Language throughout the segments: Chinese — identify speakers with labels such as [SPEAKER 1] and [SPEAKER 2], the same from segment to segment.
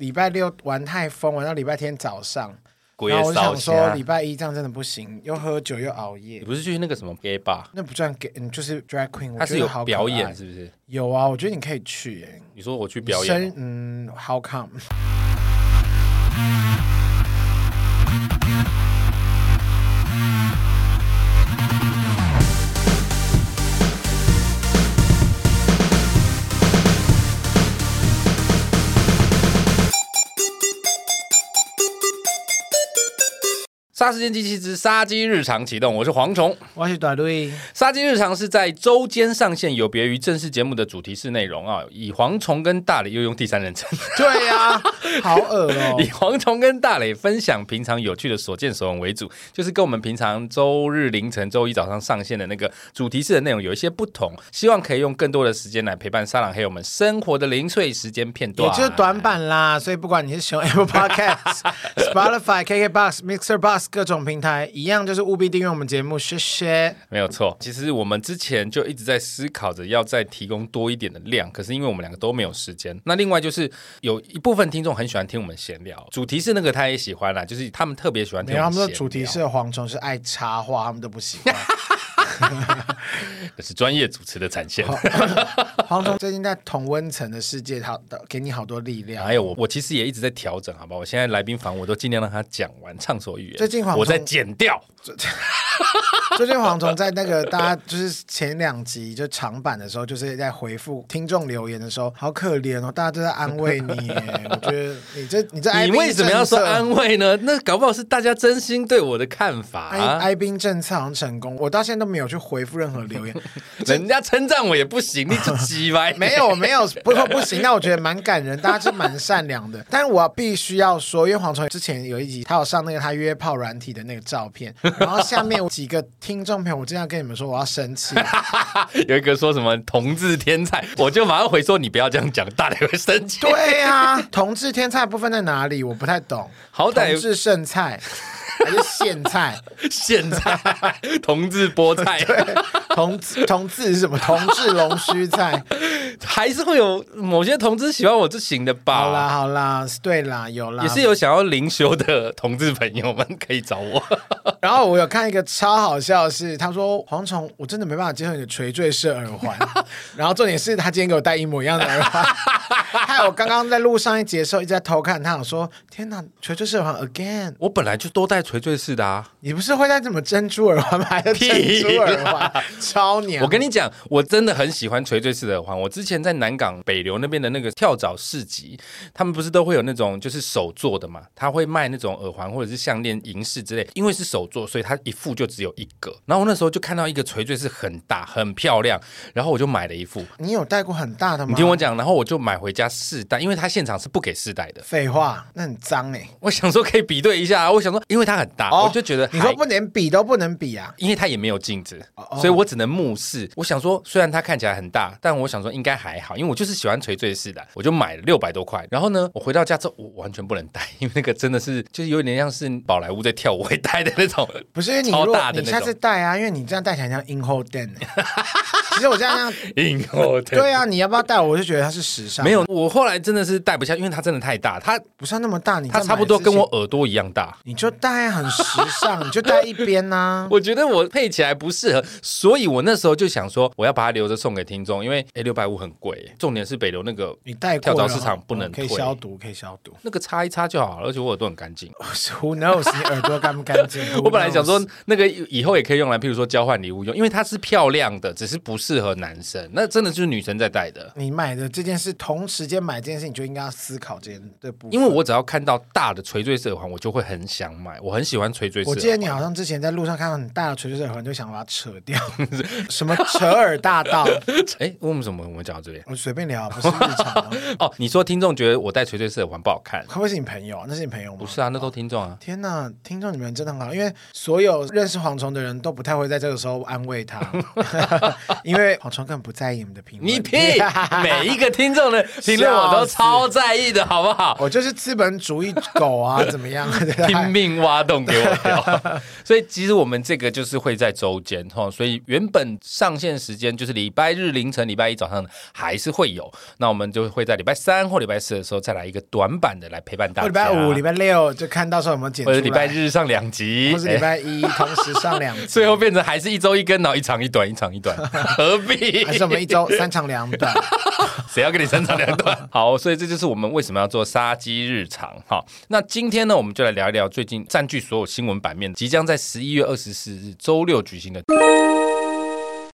[SPEAKER 1] 礼拜六玩太疯，玩到礼拜天早上，
[SPEAKER 2] 鬼
[SPEAKER 1] 然后我就
[SPEAKER 2] 烧
[SPEAKER 1] 想说
[SPEAKER 2] 香
[SPEAKER 1] 礼。拜一这样真的不行，又喝酒又熬夜
[SPEAKER 2] 你，不是去那个什么 gay bar，
[SPEAKER 1] 那不算给，嗯，就是 drag queen，我觉
[SPEAKER 2] 它是
[SPEAKER 1] 得
[SPEAKER 2] 有
[SPEAKER 1] 好可
[SPEAKER 2] 表
[SPEAKER 1] 爱
[SPEAKER 2] 演是不是？
[SPEAKER 1] 有啊，我觉得你可以去耶、
[SPEAKER 2] 你说我去表演
[SPEAKER 1] 生
[SPEAKER 2] 哦，
[SPEAKER 1] 嗯，How come？
[SPEAKER 2] 杀时间机器之杀鸡日常启动，我是蝗虫。
[SPEAKER 1] 我要去短路易，
[SPEAKER 2] 杀鸡日常是在周间上线，有别于正式节目的主题式内容啊，以蝗虫跟大磊又用第三人称，
[SPEAKER 1] 对呀、 好恶哦、
[SPEAKER 2] 以蝗虫跟大磊分享平常有趣的所见所闻为主，就是跟我们平常周日凌晨、周一早上上线的那个主题式的内容有一些不同，希望可以用更多的时间来陪伴沙朗黑友们生活的零碎时间片
[SPEAKER 1] 也
[SPEAKER 2] 段，
[SPEAKER 1] 就是短。板啦，所以不管你是使用 Apple Podcast、Spotify、KKBox、Mixer Box 各种平台，一样就是务必订阅我们节目，谢谢。
[SPEAKER 2] 没有错，嗯其实我们之前就一直在思考着要再提供多一点的量，可是因为我们两个都没有时间。那另外就是有一部分听众很喜欢听我们闲聊，主题是那个他也喜欢啦，就是他们特别喜欢听
[SPEAKER 1] 然后
[SPEAKER 2] 我
[SPEAKER 1] 他
[SPEAKER 2] 们
[SPEAKER 1] 们
[SPEAKER 2] 闲
[SPEAKER 1] 说
[SPEAKER 2] 聊
[SPEAKER 1] 主题是蝗虫是爱插话，他们都不喜欢。
[SPEAKER 2] 这是专业主持的展 现。
[SPEAKER 1] 蝗虫最近在同温层的世界，好的给你好多力量。
[SPEAKER 2] 还有哎我，我其实也一直在调整，好吧？我现在来宾房我都尽量让他讲完，畅所欲言。
[SPEAKER 1] 最近黄
[SPEAKER 2] 我在
[SPEAKER 1] 总
[SPEAKER 2] 剪掉，
[SPEAKER 1] 最近蝗虫在那个大家就是前两集就长版的时候，就是在回复听众留言的时候，好可怜哦，大家都在安慰你耶。我觉得你这你这哀
[SPEAKER 2] 你
[SPEAKER 1] 兵
[SPEAKER 2] 为什么要说
[SPEAKER 1] 政策
[SPEAKER 2] 安慰呢？那搞不好是大家真心对我的看法
[SPEAKER 1] 哀
[SPEAKER 2] 啊。
[SPEAKER 1] 哀兵政策好像成功，我到现在都没有去回复任何留言，
[SPEAKER 2] 人家称赞我也不行，你就鸡歪。
[SPEAKER 1] 没有没有，不是说不行，那我觉得蛮感人，大家是蛮善良的。但是我必须要说，因为蝗虫之前有一集，他有上那个他约炮软体的那个照 片，然后下面有几个听众朋友，我真的要跟你们说，我要生气。
[SPEAKER 2] 有一个说什么同志天才，我就马上回说你不要这样讲，大家会生气。
[SPEAKER 1] 对呀、同志天菜的部分在哪里？我不太懂。
[SPEAKER 2] 好歹
[SPEAKER 1] 同志剩 菜还是苋菜？
[SPEAKER 2] 现 在同志菠菜
[SPEAKER 1] 同志同志是什么？同志龙须 菜？
[SPEAKER 2] 还是会有某些同志喜欢我就行的
[SPEAKER 1] 好啦
[SPEAKER 2] 吧。
[SPEAKER 1] 好啦，对啦，有啦，
[SPEAKER 2] 也是有想要灵修的同志朋友们可以找我。
[SPEAKER 1] 然后我有看一个超好笑的是，他说蝗虫，我真的没办法接受你的垂坠式耳 环。然后重点是他今天给我戴一模一样的耳环，害我刚刚在路上一节的时候一直在偷看他，想说天哪，垂坠式耳环 again！
[SPEAKER 2] 我本来就都戴垂坠式的啊。
[SPEAKER 1] 你不是会戴什么珍珠耳环吗？还是珍珠耳 环？超娘！
[SPEAKER 2] 我跟你讲，我真的很喜欢垂坠式的耳环。我之前在南港北流那边的那个跳蚤市集，他们不是都会有那种就是手做的嘛？他会卖那种耳环或者是项链、银饰之类。因为是手做，所以它一副就只有一个。然后我那时候就看到一个垂坠是很大、很漂亮，然后我就买了一副。
[SPEAKER 1] 你有戴过很大的吗？
[SPEAKER 2] 你听我讲，然后我就买回家试戴，因为它现场是不给试戴的。
[SPEAKER 1] 废话，那很脏哎、
[SPEAKER 2] 我想说可以比对一下，啊我想说，因为它很大，我就觉得
[SPEAKER 1] 哦你说
[SPEAKER 2] 还
[SPEAKER 1] 不能比都不能比啊！
[SPEAKER 2] 因为它也没有镜子，
[SPEAKER 1] 哦
[SPEAKER 2] 所以我只能目视。我想说，虽然它看起来很大，但我想说应该还好，因为我就是喜欢垂坠式的，我就买了六百多块。然后呢，我回到家之后，我完全不能戴，因为那个真的是就是有点像是宝莱坞在跳舞会戴的那种。
[SPEAKER 1] 不是因为你
[SPEAKER 2] 超
[SPEAKER 1] 如
[SPEAKER 2] 大
[SPEAKER 1] 果
[SPEAKER 2] 的
[SPEAKER 1] 你
[SPEAKER 2] 那
[SPEAKER 1] 下次
[SPEAKER 2] 种
[SPEAKER 1] 戴啊，因为你这样戴起来像 in h o l d e n 其实我这样这样
[SPEAKER 2] 硬哦，
[SPEAKER 1] 对啊，你要不要戴我？我就觉得它是时尚，
[SPEAKER 2] 没有，我后来真的是戴不下，因为它真的太大，它
[SPEAKER 1] 不算那么大。你
[SPEAKER 2] 它
[SPEAKER 1] 在买
[SPEAKER 2] 差不多
[SPEAKER 1] 之
[SPEAKER 2] 跟
[SPEAKER 1] 前
[SPEAKER 2] 我，耳朵一样大。
[SPEAKER 1] 你就戴很时尚，你就戴一边呐、
[SPEAKER 2] 我觉得我配起来不适合，所以我那时候就想说，我要把它留着送给听众，因为 A 六百五很贵，重点是北流那个
[SPEAKER 1] 你戴过
[SPEAKER 2] 跳
[SPEAKER 1] 了
[SPEAKER 2] 蚤市场不能
[SPEAKER 1] 哦可以
[SPEAKER 2] 退
[SPEAKER 1] 消毒，可以消毒。
[SPEAKER 2] 那个擦一擦就好了，而且我耳朵很干净。
[SPEAKER 1] Who knows 你耳朵干不干净
[SPEAKER 2] ？我本来想说
[SPEAKER 1] Who knows？，
[SPEAKER 2] 那个以后也可以用来，譬如说交换礼物用，因为它是漂亮的，只是不适合男生。那真的就是女生在戴的，
[SPEAKER 1] 你买的这件事，同时间买这件事，你就应该要思考这件对不？
[SPEAKER 2] 因为我只要看到大的垂坠式耳环，我就会很想买。我很喜欢垂坠式
[SPEAKER 1] 我
[SPEAKER 2] 耳
[SPEAKER 1] 记得
[SPEAKER 2] 环。
[SPEAKER 1] 你好像之前在路上看到很大的垂直耳环，就想把它扯掉，什么扯耳大道，
[SPEAKER 2] 哎，为什么我们讲到这边？
[SPEAKER 1] 我随便聊，不是日常吗？
[SPEAKER 2] 哦，你说听众觉得我戴垂坠式耳环不好看？
[SPEAKER 1] 会不会是你朋友啊？那是你朋友吗？
[SPEAKER 2] 不是啊，那都听众啊。
[SPEAKER 1] 天呐，听众你们 真的很好，因为所有认识蝗虫的人都不太会在这个时候安慰他，因因为蝗虫根本不在意你们的评论。
[SPEAKER 2] 你 屁！每一个听众的评论我都超在意的，好不好？
[SPEAKER 1] 我就是资本主义狗啊，怎么 样？
[SPEAKER 2] 拼命挖洞给我跳。所以其实我们这个就是会在周间哈，所以原本上线时间就是礼拜日凌晨、礼拜一早上还是会有。那我们就会在礼拜三或礼拜四的时候再来一个短版的来陪伴大
[SPEAKER 1] 我
[SPEAKER 2] 家。
[SPEAKER 1] 哦礼拜五、礼拜六就看到时候有没有剪出
[SPEAKER 2] 啊或
[SPEAKER 1] 来，哦
[SPEAKER 2] 者礼拜日上两集，
[SPEAKER 1] 或是礼
[SPEAKER 2] 哎
[SPEAKER 1] 拜一同时上两集，
[SPEAKER 2] 最后变成还是一周一根，然后一长一短，一长 一短，何必？
[SPEAKER 1] 还是我们一周三长两短。
[SPEAKER 2] 谁要跟你三长两短？ 好，所以这就是我们为什么要做杀鸡日常哈。那今天呢，我们就来聊一聊最近占据所有新闻版面，即将在十一月二十四日周六举行的。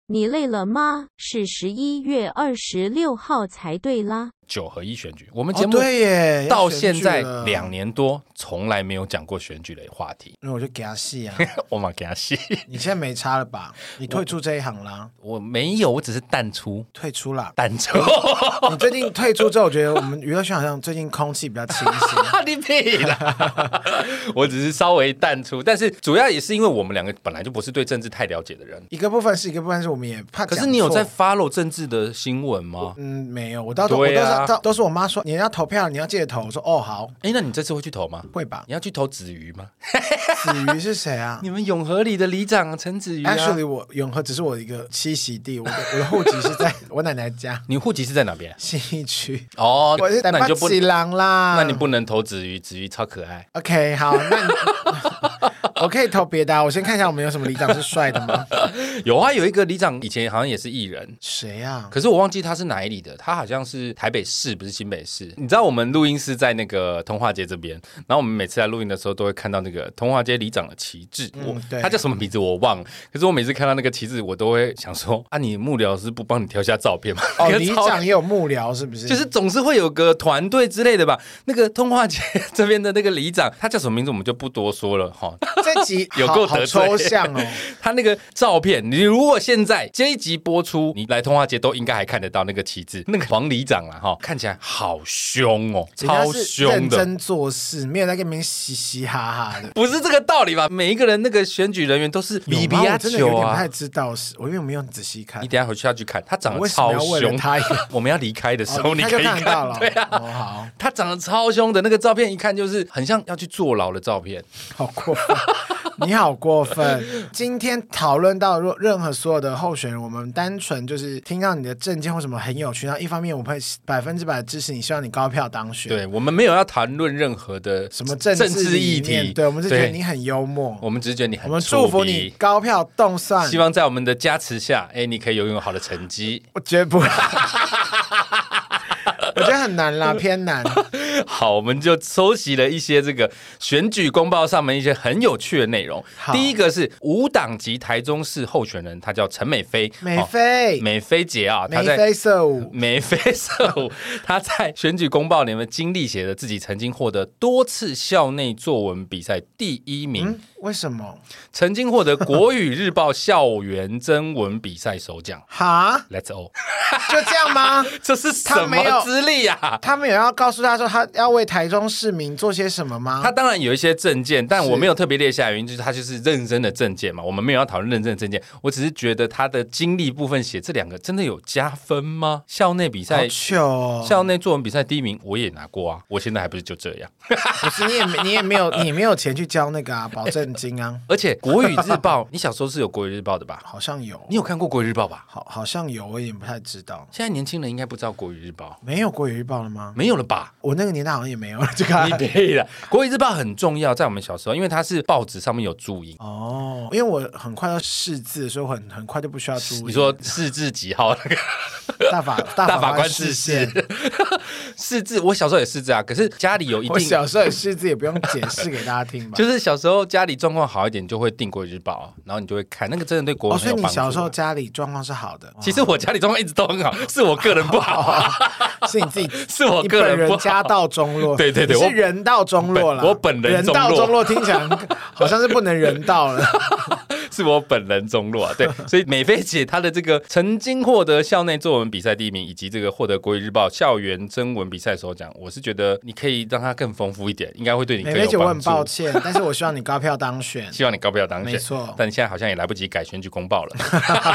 [SPEAKER 3] 你累了吗？是十一月二十六号才对啦。
[SPEAKER 2] 九合一选举，我们节
[SPEAKER 1] 哦，
[SPEAKER 2] 目
[SPEAKER 1] 对耶，要
[SPEAKER 2] 到
[SPEAKER 1] 选
[SPEAKER 2] 现
[SPEAKER 1] 举
[SPEAKER 2] 在
[SPEAKER 1] 了
[SPEAKER 2] 两，年多，从来没有讲过选举的话题。
[SPEAKER 1] 那我就给他戏啊。
[SPEAKER 2] 我马给他戏，
[SPEAKER 1] 你现在没差了吧？你退出这一行啦，
[SPEAKER 2] 我没有，我只是淡出，
[SPEAKER 1] 退出啦。
[SPEAKER 2] 淡出。
[SPEAKER 1] 你最近退出之后，我觉得我们娱乐圈好像最近空气比较清新。
[SPEAKER 2] 你屁 啦！我只是稍微淡出，但是主要也是因为我们两个本来就不是对政治太了解的人。
[SPEAKER 1] 一个部分是一个部分是我们也怕
[SPEAKER 2] 可
[SPEAKER 1] 讲错。
[SPEAKER 2] 是你有在 follow 政治的新闻吗？
[SPEAKER 1] 嗯，没有，我到时候我
[SPEAKER 2] 对
[SPEAKER 1] 都
[SPEAKER 2] 啊
[SPEAKER 1] 是都都是我妈说你要投票，你要记得投。我说哦好，
[SPEAKER 2] 哎，那你这次会去投吗？
[SPEAKER 1] 会吧。
[SPEAKER 2] 你要去投子瑜吗？
[SPEAKER 1] 子瑜是谁啊
[SPEAKER 2] 你们永和里的里长陈子瑜啊
[SPEAKER 1] ？Actually，我永和只是我的一个栖息地，我的我的户籍是在 我奶奶家
[SPEAKER 2] 你户籍是在哪边？
[SPEAKER 1] 信义区，
[SPEAKER 2] 哦，
[SPEAKER 1] 我是台
[SPEAKER 2] 那你
[SPEAKER 1] 北
[SPEAKER 2] 就不，
[SPEAKER 1] 喜郎啦。
[SPEAKER 2] 那你不能投子瑜，子瑜超可爱。
[SPEAKER 1] OK 好，那你 我可以投别的、啊。我先看一下我们有什么里长是帅的吗？
[SPEAKER 2] 有啊，有一个里长以前好像也是艺人。
[SPEAKER 1] 谁啊？
[SPEAKER 2] 可是我忘记他是哪一里的，他好像是台北市，不是新北市。你知道我们录音是在那个通化街这边，然后我们每次来录音的时候都会看到那个通化街里长的旗帜，
[SPEAKER 1] 嗯对
[SPEAKER 2] 我他叫什么名字我忘了。可是我每次看到那个旗帜，我都会想说啊，你幕僚是不帮你挑一下照片吗？
[SPEAKER 1] 哦，
[SPEAKER 2] 你的
[SPEAKER 1] 里
[SPEAKER 2] 照
[SPEAKER 1] 长也有幕僚是不是？
[SPEAKER 2] 就是总是会有个团队之类的吧。那个通化街 这边的那个里长，他叫什么名字我们就不多说了哈。
[SPEAKER 1] 这集
[SPEAKER 2] 有
[SPEAKER 1] 好
[SPEAKER 2] 够
[SPEAKER 1] 好
[SPEAKER 2] 得罪
[SPEAKER 1] 抽象 哦。
[SPEAKER 2] 他那个照片，你如果现在这一集播出，你来通化街都应该还看得到那个旗帜，那个黄里长啊啦哈，看起来好凶哦，超
[SPEAKER 1] 人家是
[SPEAKER 2] 凶
[SPEAKER 1] 认
[SPEAKER 2] 的。
[SPEAKER 1] 真做事，没有在跟别人嘻嘻哈哈的。
[SPEAKER 2] 不是这个道理吧？每一个人那个选举人员都是比
[SPEAKER 1] 有
[SPEAKER 2] 比
[SPEAKER 1] 吗
[SPEAKER 2] 阿
[SPEAKER 1] 我真的有
[SPEAKER 2] 球
[SPEAKER 1] 点不
[SPEAKER 2] 啊
[SPEAKER 1] 太，知道，是我因为我没有仔细看
[SPEAKER 2] 你。等一下回去要去看，他长
[SPEAKER 1] 我
[SPEAKER 2] 得
[SPEAKER 1] 为什么
[SPEAKER 2] 超
[SPEAKER 1] 要为了
[SPEAKER 2] 凶。
[SPEAKER 1] 他？
[SPEAKER 2] 我们要离开的时候，
[SPEAKER 1] 哦
[SPEAKER 2] 你
[SPEAKER 1] 他
[SPEAKER 2] 可
[SPEAKER 1] 就
[SPEAKER 2] 以
[SPEAKER 1] 看得到
[SPEAKER 2] 看，
[SPEAKER 1] 了。
[SPEAKER 2] 对啊，
[SPEAKER 1] 哦，好
[SPEAKER 2] 他长得超凶的那个照片，一看就是很像要去坐牢的照片。
[SPEAKER 1] 好过分。 你好过分！今天讨论到若任何所有的候选人，我们单纯就是听到你的证件或什么很有趣，然后一方面我们会百分之百支持你，希望你高票当选。，
[SPEAKER 2] 对，我们没有要谈论任何的
[SPEAKER 1] 什么政
[SPEAKER 2] 政
[SPEAKER 1] 治
[SPEAKER 2] 治
[SPEAKER 1] 理
[SPEAKER 2] 议
[SPEAKER 1] 念
[SPEAKER 2] 题，
[SPEAKER 1] 对我们是觉得
[SPEAKER 2] 对
[SPEAKER 1] 你很幽默，
[SPEAKER 2] 我们只是觉得你很
[SPEAKER 1] 我们祝福
[SPEAKER 2] 粗
[SPEAKER 1] 你
[SPEAKER 2] 鄙。
[SPEAKER 1] 高票动算。
[SPEAKER 2] 希望在我们的加持下，哎，你可以拥有好的成绩。
[SPEAKER 1] 我觉得不， 我觉得很难啦，偏难。
[SPEAKER 2] 好，我们就收集了一些这个选举公报上面一些很有趣的内容
[SPEAKER 1] 好。
[SPEAKER 2] 第一个是无党籍台中市候选人，他叫陈美菲，
[SPEAKER 1] 美
[SPEAKER 2] 哦、
[SPEAKER 1] 菲，
[SPEAKER 2] 美菲姐啊，她
[SPEAKER 1] 眉
[SPEAKER 2] 在
[SPEAKER 1] 飞色舞，
[SPEAKER 2] 眉飞色 舞，他在选举公报里面经历写的自己曾经获得多次校内作文比赛第一名，
[SPEAKER 1] 嗯，为什么？
[SPEAKER 2] 曾经获得国语日报校园征文比赛首奖。
[SPEAKER 1] 哈，
[SPEAKER 2] Let's all，
[SPEAKER 1] 就这样吗？
[SPEAKER 2] 这是什
[SPEAKER 1] 他没有
[SPEAKER 2] 么资历啊？
[SPEAKER 1] 他们有要告诉他说他要为台中市民做些什么吗
[SPEAKER 2] 他？当然有一些证件，但
[SPEAKER 1] 是
[SPEAKER 2] 我没有特别列下来，原因就是他就是认真的证件嘛。我们没有要讨论认真的证件，我只是觉得他的经历部分写这两个真的有加分吗？校内比
[SPEAKER 1] 好
[SPEAKER 2] 赛，
[SPEAKER 1] 糗哦！
[SPEAKER 2] 校内作文比赛第一名我也拿过啊，我现在还不是就这样。
[SPEAKER 1] 不是你也没你也没有你也没有钱去交那个啊保证金啊，
[SPEAKER 2] 而且国语日 报，你小时候是有国语日报的吧？
[SPEAKER 1] 好像有，
[SPEAKER 2] 你有看过国语日报吧？
[SPEAKER 1] 好好像有，我有点不太知道。
[SPEAKER 2] 现在年轻人应该不知道国语日报
[SPEAKER 1] 没有国语日报了吗？
[SPEAKER 2] 没有了吧？
[SPEAKER 1] 我那个年代好像也没有了这个。
[SPEAKER 2] 你 对了，国语日报很重要，在我们小时候，因为它是报纸上面有注音。
[SPEAKER 1] 哦，因为我很快要识字，所以我很很快就不需要注意。
[SPEAKER 2] 你说四至几号那个
[SPEAKER 1] 大法大
[SPEAKER 2] 大法
[SPEAKER 1] 法
[SPEAKER 2] 官
[SPEAKER 1] 官
[SPEAKER 2] 四
[SPEAKER 1] 视
[SPEAKER 2] 字
[SPEAKER 1] 线，？
[SPEAKER 2] 四字，我小时候也四字啊，可是家里有一
[SPEAKER 1] 我
[SPEAKER 2] 定，
[SPEAKER 1] 小时候也识字，也不用解释给大家听吧。
[SPEAKER 2] 就是小时候家里状况好一点，就会订国语日报，然后你就会看那个，真的对国
[SPEAKER 1] 哦，
[SPEAKER 2] 文
[SPEAKER 1] 所以
[SPEAKER 2] 很有
[SPEAKER 1] 你
[SPEAKER 2] 帮助。啊
[SPEAKER 1] 小时候家里状况是好的，
[SPEAKER 2] 其实我家里状况一直都很好，是我个人不好啊。
[SPEAKER 1] 哇哦是你自己
[SPEAKER 2] 是我
[SPEAKER 1] 你
[SPEAKER 2] 个
[SPEAKER 1] 本
[SPEAKER 2] 人不
[SPEAKER 1] 人
[SPEAKER 2] 好啊
[SPEAKER 1] 家道中落，
[SPEAKER 2] 对对对
[SPEAKER 1] 你是
[SPEAKER 2] 我
[SPEAKER 1] 人到中落了。
[SPEAKER 2] 本我本人
[SPEAKER 1] 人
[SPEAKER 2] 中
[SPEAKER 1] 到
[SPEAKER 2] 落
[SPEAKER 1] 中落，听起来很好像是不能人道了。
[SPEAKER 2] 是我本人中路啊。 对，所以美菲姐她的这个曾经获得校内作文比赛第一名，以及这个获得国语日报校园征文比赛首奖，我是觉得你可以让它更丰富一点，应该会对你
[SPEAKER 1] 美
[SPEAKER 2] 更
[SPEAKER 1] 美姐，
[SPEAKER 2] 有
[SPEAKER 1] 我很
[SPEAKER 2] 帮
[SPEAKER 1] 抱
[SPEAKER 2] 助。
[SPEAKER 1] 歉，但是我希望你高票当 选。
[SPEAKER 2] 希望你高票当选，
[SPEAKER 1] 没错
[SPEAKER 2] 但你现在好像也来不及改选举公报了。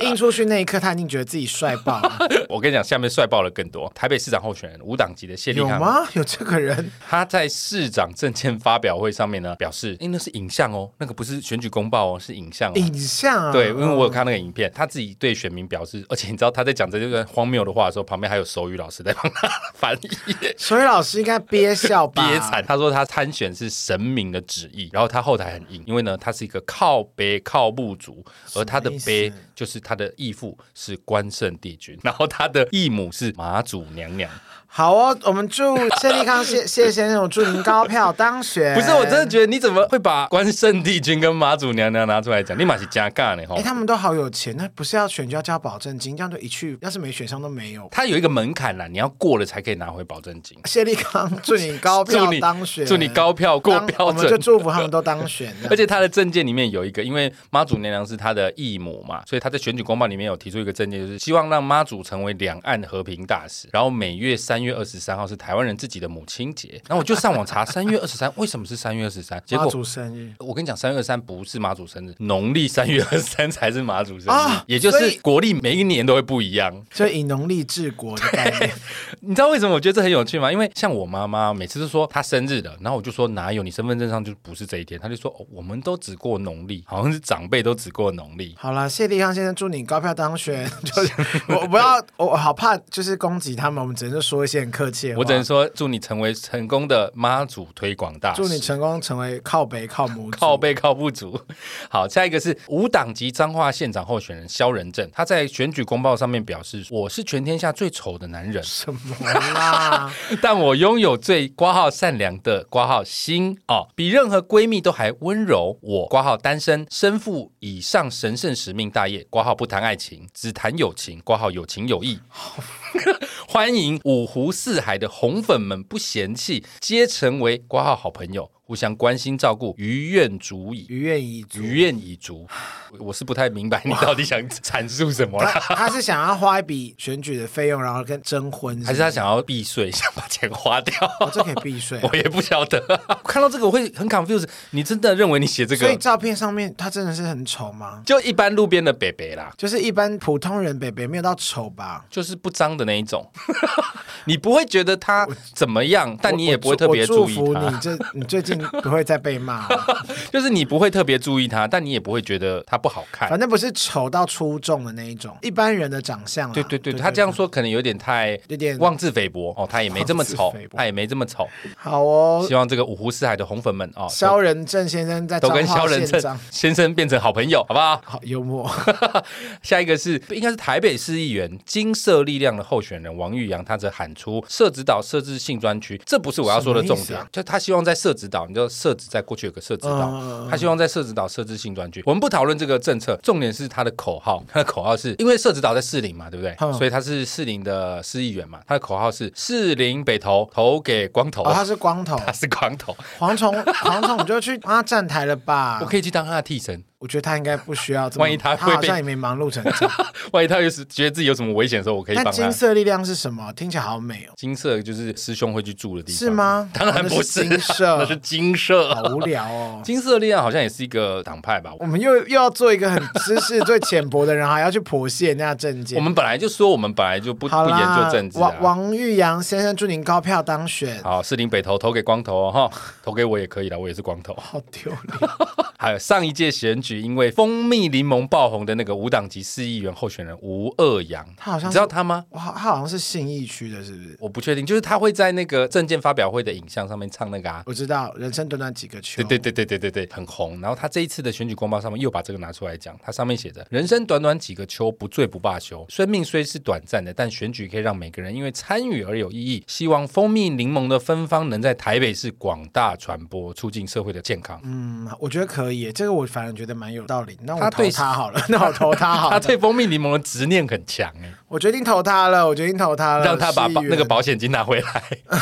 [SPEAKER 1] 印出去那一刻，他一定觉得自己帅爆 了。
[SPEAKER 2] 我跟你讲，下面帅爆了更多。台北市长候选人无党籍的谢立
[SPEAKER 1] 有
[SPEAKER 2] 康，
[SPEAKER 1] 吗？有这个人？
[SPEAKER 2] 他在市长证件发表会上面呢，表示，哎，那是影像哦，那个不是选举公报哦，是影像、哦。
[SPEAKER 1] 影像啊？
[SPEAKER 2] 对，因为我
[SPEAKER 1] 嗯
[SPEAKER 2] 有看那个影片，他自己对选民表示，而且你知道他在讲这段荒谬的话的时候，旁边还有手语老师在 帮他翻译，
[SPEAKER 1] 所以老师应该憋笑吧？
[SPEAKER 2] 憋惨。他说他参选是神明的旨意，然后他后台很硬，因为呢，他是一个靠北靠部族，而他
[SPEAKER 1] 什
[SPEAKER 2] 的
[SPEAKER 1] 么意
[SPEAKER 2] 北
[SPEAKER 1] 思
[SPEAKER 2] 就是他的义父是关圣帝君，然后他的义母是马祖娘娘。
[SPEAKER 1] 好哦，我们祝谢立康 谢谢先生，我祝您高票当选。
[SPEAKER 2] 不是，我真的觉得你怎么会把关圣帝君跟马祖娘娘拿出来讲？立马是加尬呢吼
[SPEAKER 1] 哎、。他们都好有钱，那不是要选就要交保证金，这样就一去，要是没选上都没有。
[SPEAKER 2] 他有一个门槛啦，你要过了才可以拿回保证金。
[SPEAKER 1] 谢立康，祝你高
[SPEAKER 2] 祝
[SPEAKER 1] 票
[SPEAKER 2] 你
[SPEAKER 1] 当选，
[SPEAKER 2] 祝你高票过
[SPEAKER 1] 当
[SPEAKER 2] 标
[SPEAKER 1] 我们就
[SPEAKER 2] 准。
[SPEAKER 1] 祝福他们都当选。这样
[SPEAKER 2] 而且他的证件里面有一个，因为妈祖娘娘是他的义母嘛，所以他在选举公报里面有提出一个证件，就是希望让妈祖成为两岸和平大使。然后每月三月二十三号是台湾人自己的母亲节，然后我就上网查三月二十三为什么是三月二十 三，结
[SPEAKER 1] 妈
[SPEAKER 2] 果
[SPEAKER 1] 祖生日
[SPEAKER 2] 我跟你讲，三月二三不是马祖生日，农历三月二三才是马祖生日，
[SPEAKER 1] 啊
[SPEAKER 2] 也就
[SPEAKER 1] 所
[SPEAKER 2] 是
[SPEAKER 1] 以
[SPEAKER 2] 国历每一年都会不一样。
[SPEAKER 1] 就以农历治国的概念，
[SPEAKER 2] 你知道为什么我觉得这很有趣吗？因为像我妈妈每次都说她生日了，然后我就说哪有，你身份证上就不是这一天，她就说、哦、我们都只过农历，好像是长辈都只过农历。
[SPEAKER 1] 好啦，谢立康先生，祝你高票当选。 就是 我不要，我我好怕就是攻击他们，我们只能就说一些很客气的话。
[SPEAKER 2] 我只能说，祝你成为成功的妈祖推广大使。
[SPEAKER 1] 祝你成功成为靠北靠 母
[SPEAKER 2] 靠
[SPEAKER 1] 北
[SPEAKER 2] 背靠不足。好，下一个是无党籍彰化县长候选人萧仁正，他在选举公报上面表示：“我是全天下最丑的男人。”
[SPEAKER 1] 什么啦？
[SPEAKER 2] 但我拥有最挂号善良的挂号心哦，比任何闺蜜都还温柔。我挂号单身，身负以上神圣使命大业，挂号不谈爱情，只谈友情，挂号有情有义。 欢迎五湖四海的红粉们不嫌弃，皆成为挂号好朋友，互相关心照顾，于愿足矣。
[SPEAKER 1] 于愿已 足。
[SPEAKER 2] 于愿已足，我我是不太明白你到底想阐述什么
[SPEAKER 1] 他
[SPEAKER 2] 啦，
[SPEAKER 1] 他是想要花一笔选举的费用，然后跟征婚不，
[SPEAKER 2] 还是他想要避税，想把钱花掉？
[SPEAKER 1] 哦这可以避税啊、
[SPEAKER 2] 我也不晓得。看到这个我会很 confused。你真的认为你写这
[SPEAKER 1] 所以
[SPEAKER 2] 个
[SPEAKER 1] 照片上面他真的是很丑吗？
[SPEAKER 2] 就一般路边的北北啦，
[SPEAKER 1] 就是一般普通人北北没有到丑吧？
[SPEAKER 2] 就是不脏的那一种，你不会觉得他怎么样，但你
[SPEAKER 1] 我
[SPEAKER 2] 也不会特别
[SPEAKER 1] 我祝
[SPEAKER 2] 注意
[SPEAKER 1] 福你
[SPEAKER 2] 他，
[SPEAKER 1] 这你最近不会再被骂哦、
[SPEAKER 2] 就是你不会特别注意他，但你也不会觉得他不好看
[SPEAKER 1] 反。正不是丑到出众的那一种，一般人的长相啊啦。
[SPEAKER 2] 对对对，他这样说可能有点太
[SPEAKER 1] 有点
[SPEAKER 2] 妄自菲薄哦，他也没这么
[SPEAKER 1] 妄
[SPEAKER 2] 丑
[SPEAKER 1] 自菲，薄
[SPEAKER 2] 他也没这么丑。
[SPEAKER 1] 好哦
[SPEAKER 2] 希。望这个五湖四海的红粉们哦，
[SPEAKER 1] 萧仁正先生在
[SPEAKER 2] 都都跟
[SPEAKER 1] 彰化
[SPEAKER 2] 萧仁
[SPEAKER 1] 县
[SPEAKER 2] 正
[SPEAKER 1] 长
[SPEAKER 2] 先生变成好朋友，好不好？
[SPEAKER 1] 好幽 默，
[SPEAKER 2] 下一个是应该是台北市议员金色力量的候选人王玉阳，他则喊出社子岛设置性专区，这不是我要说的重
[SPEAKER 1] 什么意思
[SPEAKER 2] 点
[SPEAKER 1] 啊，
[SPEAKER 2] 就他希望在社子岛，你知道社子在过去有个社子岛，
[SPEAKER 1] 嗯
[SPEAKER 2] 他希望在社子岛设置性专区。我们不讨论这个政策，重点是他的口号， 他的口号是因为社子岛在士林嘛，对不对？
[SPEAKER 1] 嗯
[SPEAKER 2] 所以他是士林的市议员嘛，他的口号是士林北投投给光头，啊
[SPEAKER 1] 哦，他是光头，
[SPEAKER 2] 他是光头，
[SPEAKER 1] 蝗虫，蝗虫，你就去帮他站台了吧
[SPEAKER 2] 我？可以去当他的替身，
[SPEAKER 1] 我觉得他应该不需要这么，
[SPEAKER 2] 万一他
[SPEAKER 1] 他
[SPEAKER 2] 会被
[SPEAKER 1] 好像也没忙碌成 这样。
[SPEAKER 2] 万一他又是觉得自己有什么危险的时候，我可以
[SPEAKER 1] 但
[SPEAKER 2] 帮
[SPEAKER 1] 金
[SPEAKER 2] 他。
[SPEAKER 1] 色力量是什么？听起来好美哦，
[SPEAKER 2] 金色就是师兄会去住的地方，
[SPEAKER 1] 是？吗？
[SPEAKER 2] 当然
[SPEAKER 1] 哦
[SPEAKER 2] 不
[SPEAKER 1] 那
[SPEAKER 2] 是
[SPEAKER 1] 是
[SPEAKER 2] 啊
[SPEAKER 1] 金
[SPEAKER 2] 那
[SPEAKER 1] 色
[SPEAKER 2] 是， 金社。
[SPEAKER 1] 好无聊哦。
[SPEAKER 2] 金色力量好像也是一个党派吧？
[SPEAKER 1] 我们又又要做一个很知识最浅薄的人，还要去剖析人家的政见
[SPEAKER 2] 我。们本来就说我们本来就不
[SPEAKER 1] 好
[SPEAKER 2] 不
[SPEAKER 1] 啦，
[SPEAKER 2] 研究政治
[SPEAKER 1] 王
[SPEAKER 2] 啊。
[SPEAKER 1] 王玉阳先生，祝您高票当选。
[SPEAKER 2] 好，士林北投投给光头哦，哈，投给我也可以的，我也是光头。
[SPEAKER 1] 好丢脸！
[SPEAKER 2] 还有上一届选举，因为蜂蜜柠檬爆红的那个无党籍市议员候选人吴恶阳，
[SPEAKER 1] 他好像是
[SPEAKER 2] 你知道他吗？
[SPEAKER 1] 哇，他好像是信义区的，是不是？
[SPEAKER 2] 我不确定，就是他会在那个证件发表会的影像上面唱那个啊。
[SPEAKER 1] 我知道，人生短短几个秋。
[SPEAKER 2] 对对对对对对对，很红。然后他这一次的选举公报上面又把这个拿出来讲，他上面写着：“人生短短几个秋，不醉不罢休。生命虽是短暂的，但选举可以让每个人因为参与而有意义。希望蜂蜜柠檬的芬芳能在台北市广大传播，促进社会的健康。
[SPEAKER 1] 嗯，我觉得可以耶，这个我反而觉得蛮有道理。那
[SPEAKER 2] 他
[SPEAKER 1] 我投
[SPEAKER 2] 对
[SPEAKER 1] 他好了， 那我投他好
[SPEAKER 2] 他
[SPEAKER 1] 了。
[SPEAKER 2] 对蜂蜜柠檬的执念很强哎、
[SPEAKER 1] 我决呃定投他了，我决定投他了。
[SPEAKER 2] 让他把
[SPEAKER 1] 市议
[SPEAKER 2] 保
[SPEAKER 1] 员
[SPEAKER 2] 那个保险金拿回来。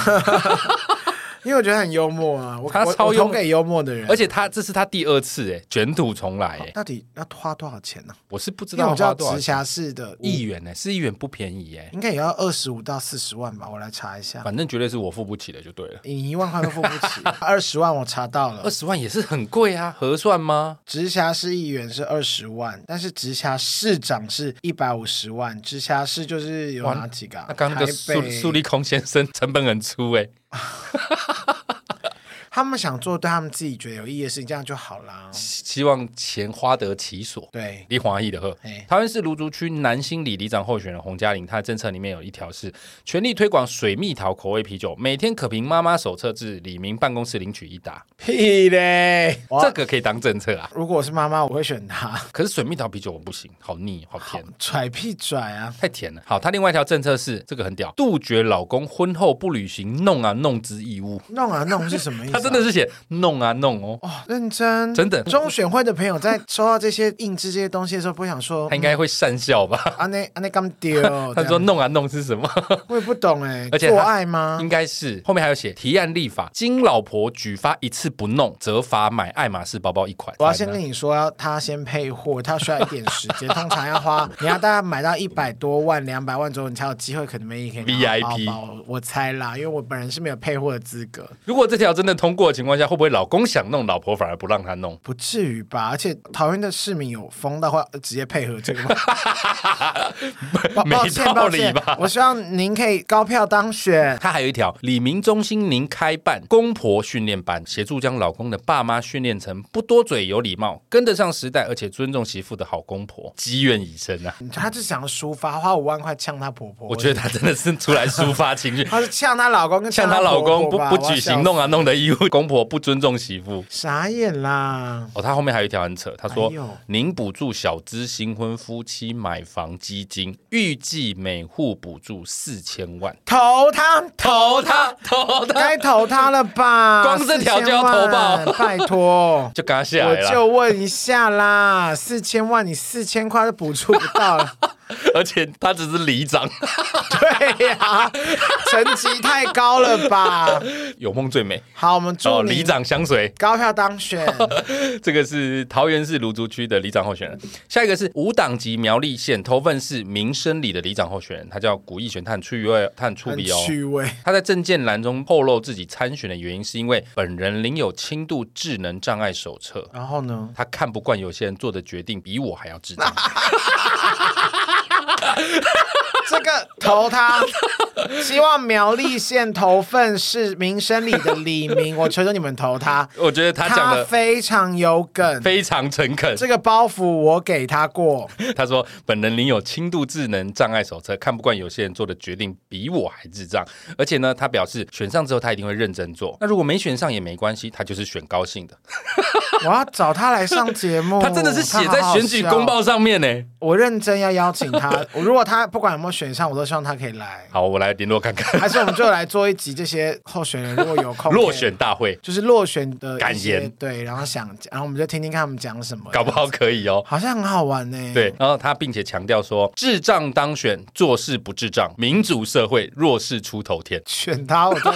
[SPEAKER 1] 因为我觉得很幽默啊，我
[SPEAKER 2] 他
[SPEAKER 1] 我
[SPEAKER 2] 超
[SPEAKER 1] 我
[SPEAKER 2] 幽
[SPEAKER 1] 投
[SPEAKER 2] 默
[SPEAKER 1] 给幽默的人，
[SPEAKER 2] 而且他这是他第二次哎，卷土重来哎，
[SPEAKER 1] 到底要花多少钱呢、
[SPEAKER 2] 我是不知
[SPEAKER 1] 哦因为
[SPEAKER 2] 道
[SPEAKER 1] 我知
[SPEAKER 2] 花
[SPEAKER 1] 道
[SPEAKER 2] 多少
[SPEAKER 1] 直
[SPEAKER 2] 钱
[SPEAKER 1] 辖市的
[SPEAKER 2] 一
[SPEAKER 1] 议
[SPEAKER 2] 元呢，是一元不便宜哎，
[SPEAKER 1] 应该也要二十五到四十万吧，我来查一下。
[SPEAKER 2] 反正绝对是我付不起的就对了。
[SPEAKER 1] 你一万块都付不 起，二十万我查到了
[SPEAKER 2] 二。十万也是很贵啊，合算吗？
[SPEAKER 1] 直辖市议员是二十万，但是直辖市长是一百五十万。直辖市就是有
[SPEAKER 2] 哇
[SPEAKER 1] 哪几个、啊？
[SPEAKER 2] 那刚刚那个
[SPEAKER 1] 台
[SPEAKER 2] 苏
[SPEAKER 1] 北
[SPEAKER 2] 苏立空先生成本很粗哎，
[SPEAKER 1] 他们想做对他们自己觉得有意义的事情，这样就好啦。
[SPEAKER 2] 希望钱花得其所。
[SPEAKER 1] 对，
[SPEAKER 2] 李华义的呵
[SPEAKER 1] 哎，
[SPEAKER 2] 台湾市芦竹区南新里里长候选人洪嘉玲，她的政策里面有一条是全力推广水蜜桃口味啤酒，每天可凭妈妈手册至李明办公室领取一打，
[SPEAKER 1] 屁嘞！
[SPEAKER 2] 这
[SPEAKER 1] 这
[SPEAKER 2] 个可以当政策啊。
[SPEAKER 1] 如果我是妈妈，我会选他。
[SPEAKER 2] 可是水蜜桃啤酒我不行，好腻，好甜。
[SPEAKER 1] 拽屁拽啊！
[SPEAKER 2] 太甜了。好，她另外一条政策是这个很屌，杜绝老公婚后不履行弄啊弄之义务。
[SPEAKER 1] 弄啊弄是什么意思、
[SPEAKER 2] 她
[SPEAKER 1] 啊？
[SPEAKER 2] 真的是写弄啊弄哦，
[SPEAKER 1] 哦，认真
[SPEAKER 2] 真的
[SPEAKER 1] 中选会的朋友在收到这些印制这些东西的时候，不会想说
[SPEAKER 2] 她应该会善笑吧？。
[SPEAKER 1] 啊那啊那刚丢
[SPEAKER 2] 她
[SPEAKER 1] 这
[SPEAKER 2] 说
[SPEAKER 1] 样
[SPEAKER 2] 弄啊弄是什么？
[SPEAKER 1] 我也不懂哎，
[SPEAKER 2] 而且
[SPEAKER 1] 做
[SPEAKER 2] 他
[SPEAKER 1] 爱吗？
[SPEAKER 2] 应该是后面还有写提案立法，经老婆举发一次不弄，则罚买爱马仕包包一款。
[SPEAKER 1] 我要先
[SPEAKER 2] 烦
[SPEAKER 1] 跟
[SPEAKER 2] 了
[SPEAKER 1] 你说，要他先配货，他需要一点时 间，通常要花，你要大概买到一百多万、两百万左右，你才有机会可能 maybe 可以拿到
[SPEAKER 2] VIP
[SPEAKER 1] 包包。我猜啦，因为我本人是没有配货的资格，
[SPEAKER 2] 如果这条真的通过的情况下，会不会老公想弄，老婆反而不让他弄？
[SPEAKER 1] 不至于吧？而且桃园的市民有疯到会直接配合这 个吗？抱
[SPEAKER 2] 没
[SPEAKER 1] 抱歉，
[SPEAKER 2] 道
[SPEAKER 1] 抱
[SPEAKER 2] 理
[SPEAKER 1] 歉
[SPEAKER 2] 吧，？
[SPEAKER 1] 我希望您可以高票当选。
[SPEAKER 2] 他还有一条，李明中心您开办公婆训练班，协助将老公的爸妈训练成不多嘴、有礼貌、跟得上时代，而且尊重媳妇的好公婆，积怨已深啊！
[SPEAKER 1] 她就想要抒发，花五万块呛她婆婆。，
[SPEAKER 2] 我觉得她真的是出来抒发情绪
[SPEAKER 1] 她是呛她老公跟
[SPEAKER 2] 像她
[SPEAKER 1] 她
[SPEAKER 2] 老公
[SPEAKER 1] 婆
[SPEAKER 2] 不
[SPEAKER 1] 婆吧
[SPEAKER 2] 不
[SPEAKER 1] 我要
[SPEAKER 2] 举
[SPEAKER 1] 笑
[SPEAKER 2] 行
[SPEAKER 1] 死
[SPEAKER 2] 弄啊弄的义务， 公婆不尊重媳妇。
[SPEAKER 1] 傻眼啦！
[SPEAKER 2] 哦，他后面还有一条很扯，他说
[SPEAKER 1] 哎呦：“
[SPEAKER 2] 您补助小资新婚夫妻买房基金，预计每户补助四千万，
[SPEAKER 1] 投她，
[SPEAKER 2] 投他，投他
[SPEAKER 1] 该，投她了吧？
[SPEAKER 2] 光这条就要投报。
[SPEAKER 1] 4000万拜托
[SPEAKER 2] 就嘎下
[SPEAKER 1] 我
[SPEAKER 2] 来
[SPEAKER 1] 就
[SPEAKER 2] 了。
[SPEAKER 1] 问一下啦，四千万你四千块都补助不到 了，
[SPEAKER 2] 而且他只是里长，
[SPEAKER 1] 对呀、层级太高了吧？
[SPEAKER 2] 有梦最美
[SPEAKER 1] 好，我们
[SPEAKER 2] 哦，
[SPEAKER 1] 祝你
[SPEAKER 2] 里长相随。
[SPEAKER 1] 高票当 选。
[SPEAKER 2] 这个是桃园市芦竹区的里长候选人，下一个是无党籍苗栗县头份市民生里的里长候选人，他叫古义选，他很趣味，他很出
[SPEAKER 1] 很
[SPEAKER 2] 鼻哦。
[SPEAKER 1] 趣味，
[SPEAKER 2] 他在证件栏中透露自己参选的原因，是因为本人领有轻度智能障碍手册。
[SPEAKER 1] 然后呢？
[SPEAKER 2] 他看不惯有些人做的决定比我还要 智障，
[SPEAKER 1] 这个投他，希望苗栗县投份是民生里的李明，我求求你们投他。
[SPEAKER 2] 我觉得 他讲的
[SPEAKER 1] 非常有梗，
[SPEAKER 2] 非常诚恳。
[SPEAKER 1] 这个包袱我给他 过，
[SPEAKER 2] 他说，本人领有轻度智能障碍手册，看不惯有些人做的决定比我还智障。而且呢，他表示选上之后他一定会认真做。那如果没选上也没关系，他就是选高兴的。
[SPEAKER 1] 我要找他来上节目。
[SPEAKER 2] 他真的是写
[SPEAKER 1] 哦
[SPEAKER 2] 在
[SPEAKER 1] 他好好
[SPEAKER 2] 选举公
[SPEAKER 1] 笑
[SPEAKER 2] 报上面呢。
[SPEAKER 1] 我认真要邀请 他，我如果他不管有没有选上，我都希望他可以来。
[SPEAKER 2] 好，我来联络看看
[SPEAKER 1] 还是我们就来做一集这些候选人，如果有空
[SPEAKER 2] 落选，大会，
[SPEAKER 1] 就是落选的一
[SPEAKER 2] 感
[SPEAKER 1] 些
[SPEAKER 2] 言
[SPEAKER 1] 对，然后想，然后我们就听听看他们讲什么，
[SPEAKER 2] 搞不好可以哦。
[SPEAKER 1] 好像很好玩呢、
[SPEAKER 2] 对，，然后他并且强调说，智障当选，做事不智障，民主社会弱势出头天，
[SPEAKER 1] 选他， 我就，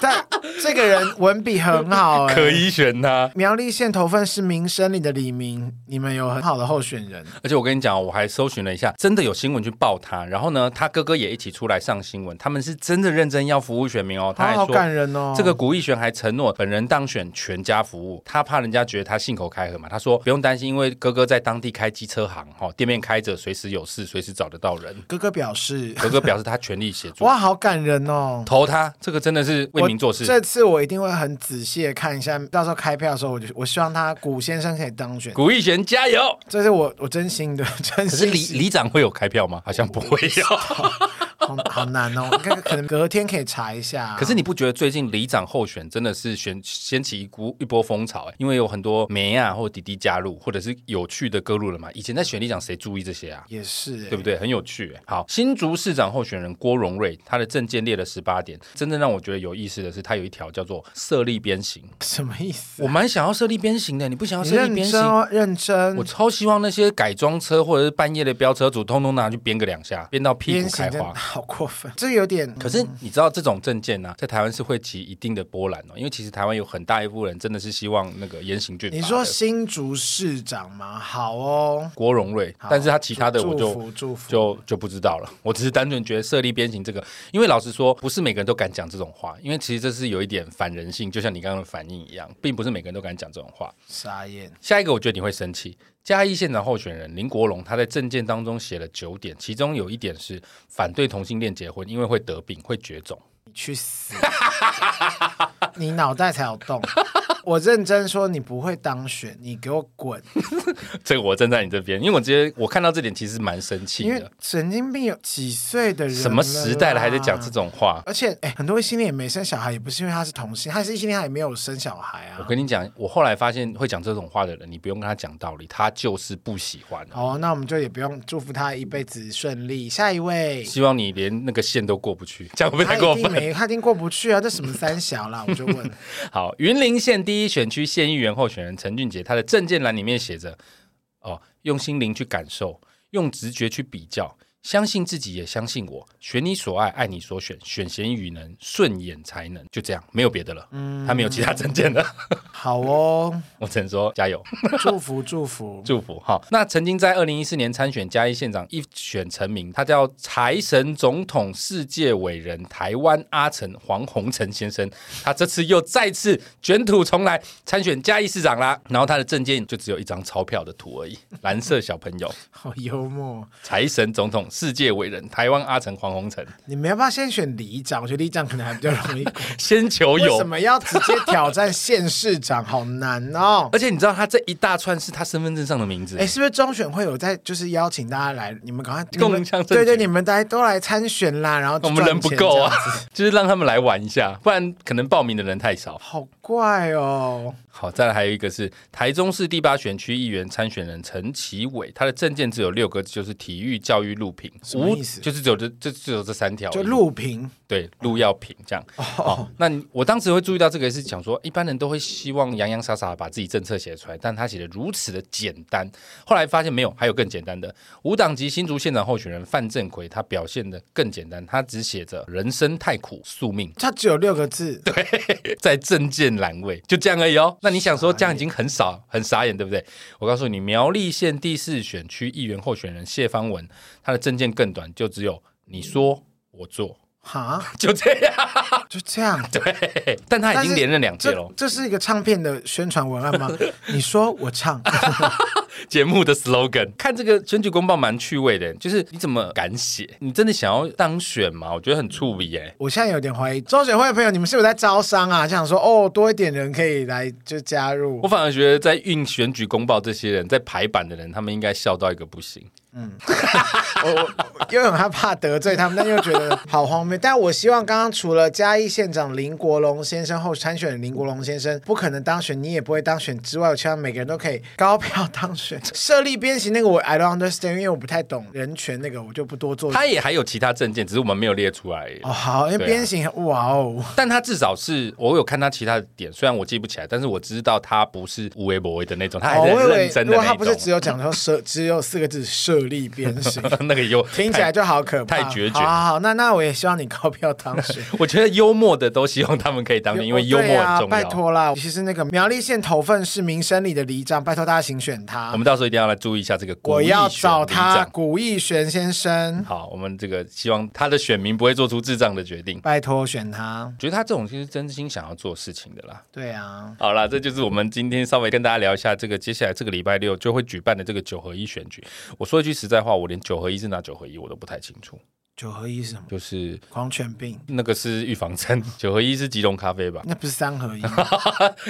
[SPEAKER 1] 但这个人文笔很好、哎
[SPEAKER 2] 可。以选他。
[SPEAKER 1] 苗栗县投份是民生里的李明，你们有很好的候选人，
[SPEAKER 2] 而且我跟你讲，我还搜寻了一下，真的有新闻去报他，然后呢，他哥哥也一起出来上新闻，他们是真的认真要服务选民哦。他还
[SPEAKER 1] 好好
[SPEAKER 2] 说。
[SPEAKER 1] 感人哦。
[SPEAKER 2] 这个古义璇还承诺本人当选全家服务，他怕人家觉得他信口开河嘛。他说不用担心，因为哥哥在当地开机车行，哈，店面开着，随时有事，随时找得到人。
[SPEAKER 1] 哥哥表示，
[SPEAKER 2] 哥哥表示他全力协助，
[SPEAKER 1] 哇，好感人哦。
[SPEAKER 2] 投他，这个真的是为民做事
[SPEAKER 1] 我。这次我一定会很仔细的看一下，到时候开票的时候，我就我希望他古先生可以当选，
[SPEAKER 2] 古义璇加油！
[SPEAKER 1] 这是我我真心的 真
[SPEAKER 2] 可是
[SPEAKER 1] 心
[SPEAKER 2] 里
[SPEAKER 1] 实。
[SPEAKER 2] 里长会有开票吗？好像不会有。
[SPEAKER 1] 好好难哦，应该可能隔天可以查一下。
[SPEAKER 2] 可是你不觉得最近里长候选真的是选掀起一股一波风潮、欸？因为有很多梅啊或弟弟加入，或者是有趣的歌入了嘛。以前在选里长谁注意这些啊？
[SPEAKER 1] 也是、
[SPEAKER 2] 对不
[SPEAKER 1] 对？
[SPEAKER 2] 对？很有趣欸。好，新竹市长候选人郭荣瑞，他的证件列了十八点。真正让我觉得有意思的是，他有一条叫做设立鞭刑。
[SPEAKER 1] 什么意思
[SPEAKER 2] 我？蛮想要设立鞭刑的，你不想要
[SPEAKER 1] 你
[SPEAKER 2] 设立
[SPEAKER 1] 认
[SPEAKER 2] 鞭
[SPEAKER 1] 真
[SPEAKER 2] 刑？
[SPEAKER 1] 哦，认真
[SPEAKER 2] 我。超希望那些改装车或者是半夜的飙车主，通通拿去鞭个两下，鞭到屁
[SPEAKER 1] 鞭
[SPEAKER 2] 股
[SPEAKER 1] 刑
[SPEAKER 2] 开
[SPEAKER 1] 真的
[SPEAKER 2] 花。
[SPEAKER 1] 好好过分，这有点。
[SPEAKER 2] 可是你知道这种证件呢、啊在台湾是会起一定的波澜哦，因为其实台湾有很大一部分人真的是希望那个严刑峻法的。
[SPEAKER 1] 你说新竹市长吗？好哦，
[SPEAKER 2] 国荣瑞
[SPEAKER 1] 好，
[SPEAKER 2] 但是他其他的
[SPEAKER 1] 祝
[SPEAKER 2] 我就
[SPEAKER 1] 祝福祝福
[SPEAKER 2] 就就不知道了。我只是单纯觉得设立鞭刑这个，因为老实说，不是每个人都敢讲这种话，因为其实这是有一点反人性，就像你刚刚的反应一样，并不是每个人都敢讲这种话。
[SPEAKER 1] 傻眼。
[SPEAKER 2] 下一个，我觉得你会生气。嘉义县长候选人林国龙，他在政见当中写了九点，其中有一点是反对同性恋结婚，因为会得病，会绝种。
[SPEAKER 1] 你去死！ 你脑袋才有洞。我认真说，你不会当选，你给我滚！
[SPEAKER 2] 这个我站在你这边，因为我觉得我看到这点其实蛮生气
[SPEAKER 1] 因为
[SPEAKER 2] 的。
[SPEAKER 1] 神经病有几岁的人，
[SPEAKER 2] 什么时代了还在讲这？种话？
[SPEAKER 1] 而且，哎、很多异性恋也没生小孩，也不是因为他是同性，他是异性恋，他也没有生小孩啊
[SPEAKER 2] 我。跟你讲，我后来发现会讲这种话的人，你不用跟他讲道理，他就是不喜欢。
[SPEAKER 1] 好、哦，那我们就也不用祝福他一辈子顺利。下一位，
[SPEAKER 2] 希望你连那个线都过不去，这样会不会
[SPEAKER 1] 他
[SPEAKER 2] 太过
[SPEAKER 1] 一定
[SPEAKER 2] 分？
[SPEAKER 1] 没，他一定过不去啊！这什么三小 啦？我就问，
[SPEAKER 2] 好，云林县第一选区县议员候选人陈俊杰，他的证件栏里面写着：哦，用心灵去感受，用直觉去比较，相信自己，也相信我，选你所爱，爱你所选，选贤与能，顺眼才能，就这样，没有别的了。
[SPEAKER 1] 嗯
[SPEAKER 2] 他没有其他证件了，
[SPEAKER 1] 好哦，
[SPEAKER 2] 我只能说加油。
[SPEAKER 1] 祝福祝福。
[SPEAKER 2] 祝福哈。那曾经在二零一四年参选嘉义县长一选成名，他叫财神总统世界伟人台湾阿成黄宏成先生，他这次又再次卷土重来参选嘉义市长啦。然后他的证件就只有一张钞票的图而已，蓝色小朋友，
[SPEAKER 1] 好幽默，
[SPEAKER 2] 财神总统世界伟人台湾阿成黄宏成，
[SPEAKER 1] 你们要不要先选里长？我觉得里长可能还比较容易过。
[SPEAKER 2] 先求
[SPEAKER 1] 为什
[SPEAKER 2] 有。
[SPEAKER 1] 么要直接挑战县市长？好难哦！
[SPEAKER 2] 而且你知道他这一大串是他身份证上的名字
[SPEAKER 1] 哎，，是不是中选会有在就是邀请大家来？你们赶快
[SPEAKER 2] 共襄盛举
[SPEAKER 1] 对对，你们大家都来参选啦，然后
[SPEAKER 2] 我们人不
[SPEAKER 1] 赚钱
[SPEAKER 2] 够啊
[SPEAKER 1] 这样子，
[SPEAKER 2] 就是让他们来玩一下，不然可能报名的人太少。
[SPEAKER 1] 好怪哦！
[SPEAKER 2] 好，再来还有一个是台中市第八选区议员参选人陈其伟，他的证件只有六个字，就是体育、教育、录评，
[SPEAKER 1] 什么意思
[SPEAKER 2] 就是只有这这只有这三条而已，
[SPEAKER 1] 就录屏
[SPEAKER 2] 对路要平这样。哦，那你我当时会注意到这个是想说，一般人都会希望洋洋洒洒地把自己政策写出来，但他写的如此的简单。后来发现没有，还有更简单的。无党籍新竹县长候选人范振奎，他表现的更简单，他只写着人生太苦，宿命。
[SPEAKER 1] 它只有六个字，
[SPEAKER 2] 在证件栏位，就这样而已哦。那你想说这样已经很少很傻眼，对不对？我告诉你，苗栗县第四选区议员候选人谢方文，他的证件更短，就只有你说我做，
[SPEAKER 1] 哈，
[SPEAKER 2] 就这样。
[SPEAKER 1] 就这 样。
[SPEAKER 2] 对， 但他已
[SPEAKER 1] 但
[SPEAKER 2] 经
[SPEAKER 1] 是
[SPEAKER 2] 连任两届
[SPEAKER 1] 这
[SPEAKER 2] 了，
[SPEAKER 1] 这是一个唱片的宣传文案吗？ 你说我唱，
[SPEAKER 2] 节目的 slogan。看这个选举公报蛮趣味的，就是你怎么敢写？你真的想要当选吗？我觉得很触鼻耶。
[SPEAKER 1] 我现在有点怀疑中选会的朋友，你们是不是在招商啊？想说哦，多一点人可以来就加入
[SPEAKER 2] 我。反而觉得在印选举公报这些人，在排版的人，他们应该笑到一个不行。
[SPEAKER 1] 我我又很害怕得罪他们，但又觉得好荒谬。但我希望刚刚除了嘉义县长林国龙先生后参选人林国龙先生不可能当选，你也不会当选之外，我希望每个人都可以高票 当选。设立鞭刑那个我 I don't understand，因为我不太懂人权那个，我就不多做。
[SPEAKER 2] 他也还有其他证件，只是我们没有列出来而已。
[SPEAKER 1] 哦，好，因为
[SPEAKER 2] 对啊
[SPEAKER 1] 鞭刑、哇哦，
[SPEAKER 2] 但他至少是我有看他其他的点，虽然我记不起来，但是我知道他不是无为不为的那种，他还
[SPEAKER 1] 哦
[SPEAKER 2] 是
[SPEAKER 1] 我以
[SPEAKER 2] 很
[SPEAKER 1] 为
[SPEAKER 2] 认真
[SPEAKER 1] 如
[SPEAKER 2] 的
[SPEAKER 1] 果
[SPEAKER 2] 那
[SPEAKER 1] 他
[SPEAKER 2] 一
[SPEAKER 1] 不
[SPEAKER 2] 种。
[SPEAKER 1] 是只有讲说设只有四个字设立鞭 刑，
[SPEAKER 2] 那个有
[SPEAKER 1] 听起来就好可怕，
[SPEAKER 2] 太决绝
[SPEAKER 1] 好好好，那那我也希望你高票当选。
[SPEAKER 2] 我觉得幽默的都希望他们可以当面，因为幽默
[SPEAKER 1] 对啊
[SPEAKER 2] 很重
[SPEAKER 1] 拜
[SPEAKER 2] 要。
[SPEAKER 1] 托啦，其实那个苗栗县头份市民生里的里长，拜托大家请选他。
[SPEAKER 2] 我们到时候一定要来注意一下这个古
[SPEAKER 1] 啊我
[SPEAKER 2] 意
[SPEAKER 1] 要
[SPEAKER 2] 选
[SPEAKER 1] 找他，
[SPEAKER 2] 长。
[SPEAKER 1] 古义璇先生，
[SPEAKER 2] 好，我们这个希望他的选民不会做出智障的决定。
[SPEAKER 1] 拜托选他。
[SPEAKER 2] 觉得他这种就是真心想要做事情的啦。
[SPEAKER 1] 对啊，
[SPEAKER 2] 好啦，这就是我们今天稍微跟大家聊一下这个接下来这个礼拜六就会举办的这个九合一选举。我说一句实在话，我连九合一是哪九合一我都不太清楚，
[SPEAKER 1] 九合一是什么？
[SPEAKER 2] 就是
[SPEAKER 1] 狂犬病？
[SPEAKER 2] 那个是预防针， 九合一是吉隆咖啡吧？
[SPEAKER 1] 那不是三合一吗？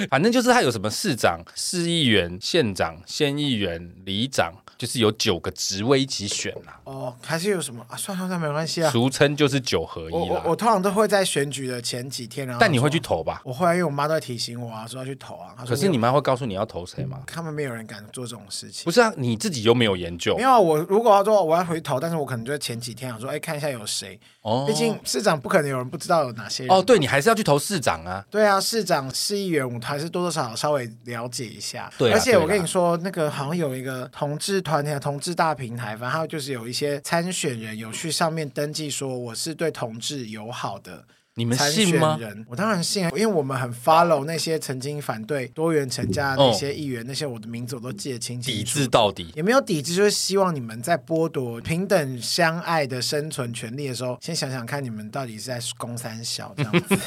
[SPEAKER 2] 反正就是他有什么市长、市议员、县长、县议员、里长，就是有九个职位一起选啦，
[SPEAKER 1] 哦，还是有什么啊？算了算了，没关系啊。
[SPEAKER 2] 俗称就是九合
[SPEAKER 1] 我
[SPEAKER 2] 一
[SPEAKER 1] 我
[SPEAKER 2] 啦。
[SPEAKER 1] 我通常都会在选举的前几天，然后
[SPEAKER 2] 但你会去
[SPEAKER 1] 说？
[SPEAKER 2] 投吧？
[SPEAKER 1] 我会啊，因为我妈都会提醒我啊，说要去投啊。她说
[SPEAKER 2] 可是
[SPEAKER 1] 没
[SPEAKER 2] 你
[SPEAKER 1] 有
[SPEAKER 2] 妈会告诉你要投谁吗？
[SPEAKER 1] 他们没有人敢做这种事情
[SPEAKER 2] 不。是啊，你自己又没有研究
[SPEAKER 1] 没。有啊，我如果要做，我要回头，但是我可能就会前几天想说，哎，看一一下有谁。
[SPEAKER 2] 哦
[SPEAKER 1] 毕竟市长不可能有人不知道有哪些人。
[SPEAKER 2] 哦，对你还是要去投市长啊。
[SPEAKER 1] 对啊，市长、市议员，我还是多多少少稍微了解一下。
[SPEAKER 2] 对啊
[SPEAKER 1] 而且我
[SPEAKER 2] 对啊
[SPEAKER 1] 跟你说，那个好像有一个同志团体、同志大平台，反正他就是有一些参选人有去上面登记说我是对同志友好的。
[SPEAKER 2] 你们
[SPEAKER 1] 参
[SPEAKER 2] 信
[SPEAKER 1] 选
[SPEAKER 2] 吗？
[SPEAKER 1] 人，我当然信啊，因为我们很 follow 那些曾经反对多元成家的那些议员，那些我的名字我都记得清清
[SPEAKER 2] 抵
[SPEAKER 1] 楚。
[SPEAKER 2] 制到底。
[SPEAKER 1] 也没有抵制，就是希望你们在剥夺平等相爱的生存权利的时候，先想想看你们到底是在公三小这样 子，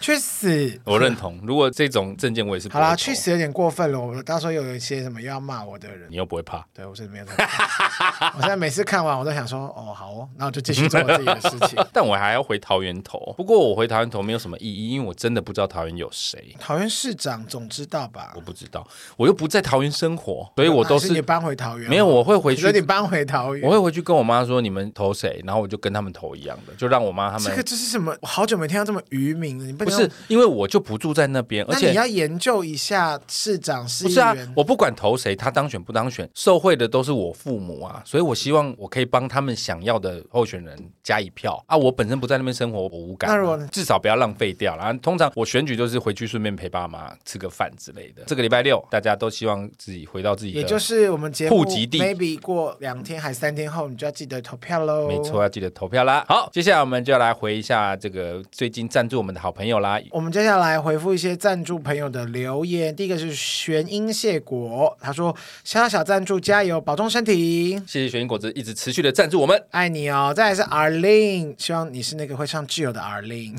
[SPEAKER 1] 去死！
[SPEAKER 2] 我认 同，如果这种证件我也是不
[SPEAKER 1] 好
[SPEAKER 2] 会
[SPEAKER 1] 啦，
[SPEAKER 2] 投
[SPEAKER 1] 去！死有点过分了。我到时候又有一些什么又要骂我的 人，
[SPEAKER 2] 你又不会怕，
[SPEAKER 1] 对我真的没有在看。我现在每次看完，我都想说，哦，好哦，那我就继续做我自己的事 情。
[SPEAKER 2] 但我还要回桃园投。不过我回桃园投没有什么意义，因为我真的不知道桃园有谁，
[SPEAKER 1] 桃园市长总知道吧
[SPEAKER 2] 我？不知道，我又不在桃园生活，所以我都
[SPEAKER 1] 还是你
[SPEAKER 2] 是
[SPEAKER 1] 搬回桃园，
[SPEAKER 2] 没有，我会回去
[SPEAKER 1] 啊所以，你搬回桃园
[SPEAKER 2] 我。会回去跟我妈说你们投谁，然后我就跟他们投一样的，就让我妈他
[SPEAKER 1] 这个
[SPEAKER 2] 们
[SPEAKER 1] 这是什么？我好久没听到这么愚民了。你不
[SPEAKER 2] 不
[SPEAKER 1] 能
[SPEAKER 2] 是，因为我就不住在那边，而
[SPEAKER 1] 那
[SPEAKER 2] 且
[SPEAKER 1] 你要研究一下市长、市
[SPEAKER 2] 不
[SPEAKER 1] 议
[SPEAKER 2] 是啊
[SPEAKER 1] 员，。
[SPEAKER 2] 我不管投谁，他当选不当选，受贿的都是我父母啊，所以我希望我可以帮他们想要的候选人加一票啊。我本身不在那边生活，我无感啊。
[SPEAKER 1] 那如果呢
[SPEAKER 2] 至少不要浪费掉啦。通常我选举就是回去顺便陪爸妈吃个饭之类的。这个礼拜六，大家都希望自己回到自己的，
[SPEAKER 1] 也就是我们节目
[SPEAKER 2] 户籍地
[SPEAKER 1] maybe 过两天还三天后，你就要记得投票喽。
[SPEAKER 2] 没错，，要记得投票啦。好，接下来我们就要来回一下这个最近赞助我们的好朋友啦。
[SPEAKER 1] 我们接下来回复一些赞助朋友的留言。第一个是玄英谢果，他说：“小小赞助加油，保重身体，
[SPEAKER 2] 谢谢玄英果子一直持续的赞助我们。
[SPEAKER 1] 爱你哦。”再来是 Arlene，希望你是那个会唱挚友的 Arlene。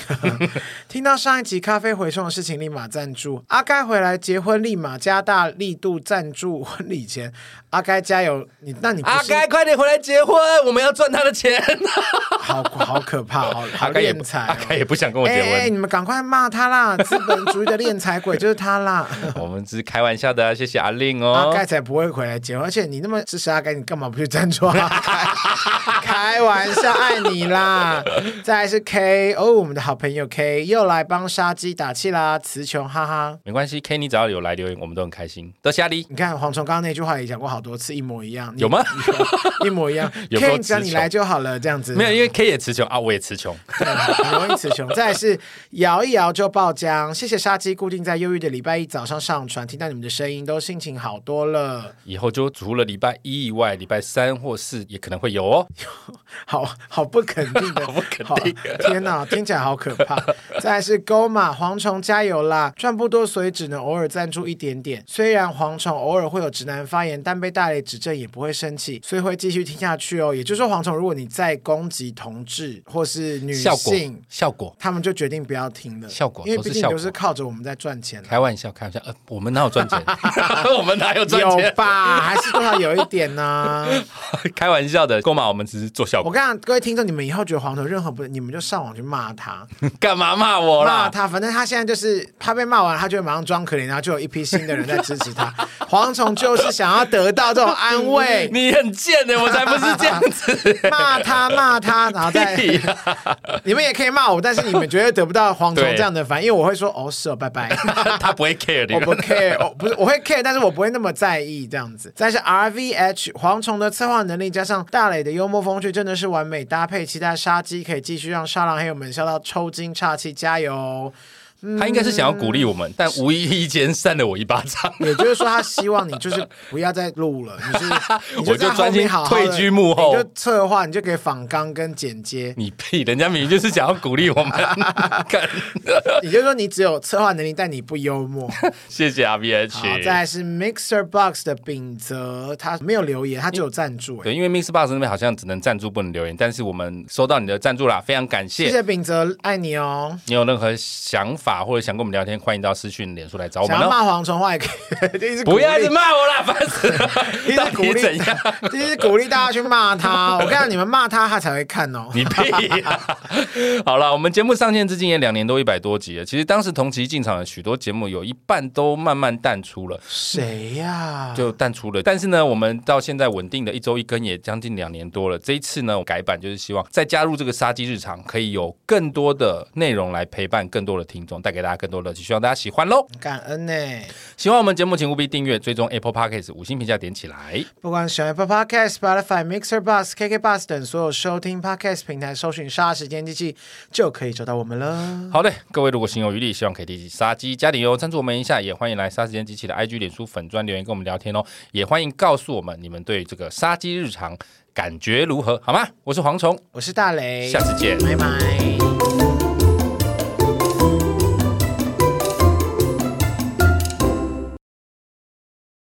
[SPEAKER 1] 听到上一集咖啡回送的事情，立马赞助。阿该回来结婚，立马加大力度赞助婚礼钱。阿该加油，你那你不
[SPEAKER 2] 阿
[SPEAKER 1] 是
[SPEAKER 2] 该，快点回来结婚，我们要赚他的 钱。
[SPEAKER 1] 好好可怕，好好
[SPEAKER 2] 阿该也
[SPEAKER 1] 敛
[SPEAKER 2] 不，
[SPEAKER 1] 财、
[SPEAKER 2] 阿
[SPEAKER 1] 哦。
[SPEAKER 2] 该也不想跟我结婚。
[SPEAKER 1] 哎哎你们赶快骂他啦！ 资本主义的敛财鬼 就是他啦！
[SPEAKER 2] 我们只是开玩笑的啊、谢谢阿令
[SPEAKER 1] 阿
[SPEAKER 2] 哦。
[SPEAKER 1] 盖才不会回来结婚，而且你那么支持阿盖，你干嘛不去赞助阿盖？ 开玩笑，爱你 啦！再来是 K 哦，我们的好朋友 K 又来帮杀鸡打气啦，词穷哈哈。
[SPEAKER 2] 没关系，K，你只要有来留言，我们都很开心。多谢阿力，
[SPEAKER 1] 你看蝗虫刚刚那句话也讲过好多次，一模一样，你
[SPEAKER 2] 有吗？
[SPEAKER 1] 一模一样。
[SPEAKER 2] 有够
[SPEAKER 1] K，只要
[SPEAKER 2] 词
[SPEAKER 1] 你
[SPEAKER 2] 穷
[SPEAKER 1] 来就好了，这样子
[SPEAKER 2] 没有，因为 K 也词穷啊，我也词穷。
[SPEAKER 1] 很容易词穷。再来是摇一摇就爆浆，谢谢杀鸡固定在忧郁的礼拜一早上上传，听到你们的声音都心情好多了。
[SPEAKER 2] 以后就除了礼拜一以外，礼拜三或四也可能会有哦。
[SPEAKER 1] 好好不肯定 的，好
[SPEAKER 2] 不肯定
[SPEAKER 1] 天哪，听起来好可怕。再来是勾马蝗虫加油啦，赚不多，所以只能偶尔赞助一点点。虽然蝗虫偶尔会有直男发言，但被大雷指正也不会生气，所以会继续听下去哦。也就是说，蝗虫，如果你在攻击同志或是女
[SPEAKER 2] 效果
[SPEAKER 1] 性，，
[SPEAKER 2] 效果，
[SPEAKER 1] 他们就决定不要听了。
[SPEAKER 2] 效果
[SPEAKER 1] 因为
[SPEAKER 2] 都是
[SPEAKER 1] 毕竟
[SPEAKER 2] 效
[SPEAKER 1] 都
[SPEAKER 2] 果
[SPEAKER 1] 是靠着我们在赚钱的。
[SPEAKER 2] 开玩笑，开玩笑。呃，我们哪 有赚钱？ 我们哪有 赚
[SPEAKER 1] 有
[SPEAKER 2] 钱？
[SPEAKER 1] 吧，还是多少有一点呢、
[SPEAKER 2] 开玩笑的，够嘛？我们只是做效
[SPEAKER 1] 我
[SPEAKER 2] 果，
[SPEAKER 1] 跟你讲，各位听众，你们以后觉得黄头任何不对，你们就上网去骂他，
[SPEAKER 2] 干嘛骂我
[SPEAKER 1] 骂
[SPEAKER 2] 啦？
[SPEAKER 1] 他，反正他现在就是他被骂完，他就会马上装可怜，然后就有一批新的人在支持他。 蝗虫就是想要得到这种安慰，
[SPEAKER 2] 你很贱的，我才不是这样子。
[SPEAKER 1] 骂他骂他，然后再
[SPEAKER 2] 屁
[SPEAKER 1] 你们也可以骂我，但是你们绝对得不到蝗虫
[SPEAKER 2] 对
[SPEAKER 1] 这样的反应，因为我会说哦是哦，拜拜。
[SPEAKER 2] 他不会 care
[SPEAKER 1] 我不
[SPEAKER 2] 的。
[SPEAKER 1] care，我不是我会 care，但是我不会那么在意这样子。但是 R V H 蝗虫的策划能力加上大磊的幽默风趣，真的是完美搭配。期待杀鸡可以继续让沙狼还有们笑到抽筋岔气，加油哦！
[SPEAKER 2] 他应该是想要鼓励我们，但无意间扇了我一巴掌。
[SPEAKER 1] 也就是说，他希望你就是不要再录了，你是你
[SPEAKER 2] 我
[SPEAKER 1] 在
[SPEAKER 2] 就专
[SPEAKER 1] 后面
[SPEAKER 2] 心
[SPEAKER 1] 好好地
[SPEAKER 2] 退居幕后
[SPEAKER 1] 你就策划，你就给仿纲跟剪接。
[SPEAKER 2] 你屁！人家明明就是想要鼓励我 们。干
[SPEAKER 1] 也就是说，你只有策划能力，但你不幽默。
[SPEAKER 2] 谢谢 R B
[SPEAKER 1] 好，再
[SPEAKER 2] H。
[SPEAKER 1] 来是 Mixer Box 的秉泽，他没有留言，他只有赞助、欸。
[SPEAKER 2] 对，因为 Mix Box 那边好像只能赞助不能留言，但是我们收到你的赞助啦，非常感
[SPEAKER 1] 谢
[SPEAKER 2] 谢。
[SPEAKER 1] 谢秉泽，爱你哦。
[SPEAKER 2] 你有任何想法或者想跟我们聊天，欢迎到私讯脸书来找我们
[SPEAKER 1] 想要
[SPEAKER 2] 哦。
[SPEAKER 1] 骂蝗虫的话，也可以， 就是
[SPEAKER 2] 不要一直骂我啦，烦死了！
[SPEAKER 1] 一
[SPEAKER 2] 到
[SPEAKER 1] 直鼓
[SPEAKER 2] 底
[SPEAKER 1] 励
[SPEAKER 2] 怎样？，
[SPEAKER 1] 就是鼓励大家去骂他。我跟你讲，你们骂他，他才会看哦。
[SPEAKER 2] 你屁、呀！ 好了，我们节目上线至今也两年多一百多集了。其实当时同期进场的许多节目，有一半都慢慢淡出了。
[SPEAKER 1] 谁呀？
[SPEAKER 2] 就淡出了。但是呢，我们到现在稳定的一周一更也将近两年多了。这一次呢，我改版就是希望再加入这个杀鸡日常，可以有更多的内容来陪伴更多的听众。种，带给大家更多乐趣，希望大家喜欢喽。
[SPEAKER 1] 感恩呢、
[SPEAKER 2] 喜欢我们节目，请务必订阅、追踪 Apple Podcast 五星评价点起来。
[SPEAKER 1] 不管喜欢 Apple Podcast、Spotify、Mixer、Bus、KK Bus 等所有收听 Podcast 平台，搜寻“杀时间机器”就可以找到我们了。
[SPEAKER 2] 好嘞，各位如果心有余力，希望可以提起杀鸡加点油赞助我们一下，也欢迎来杀时间机器的 IG、脸书粉专留言跟我们聊天哦，也欢迎告诉我们你们对这个杀鸡日常感觉如何，好吗？我是蝗虫，
[SPEAKER 1] 我是大雷
[SPEAKER 2] 下，次见。
[SPEAKER 1] 拜拜。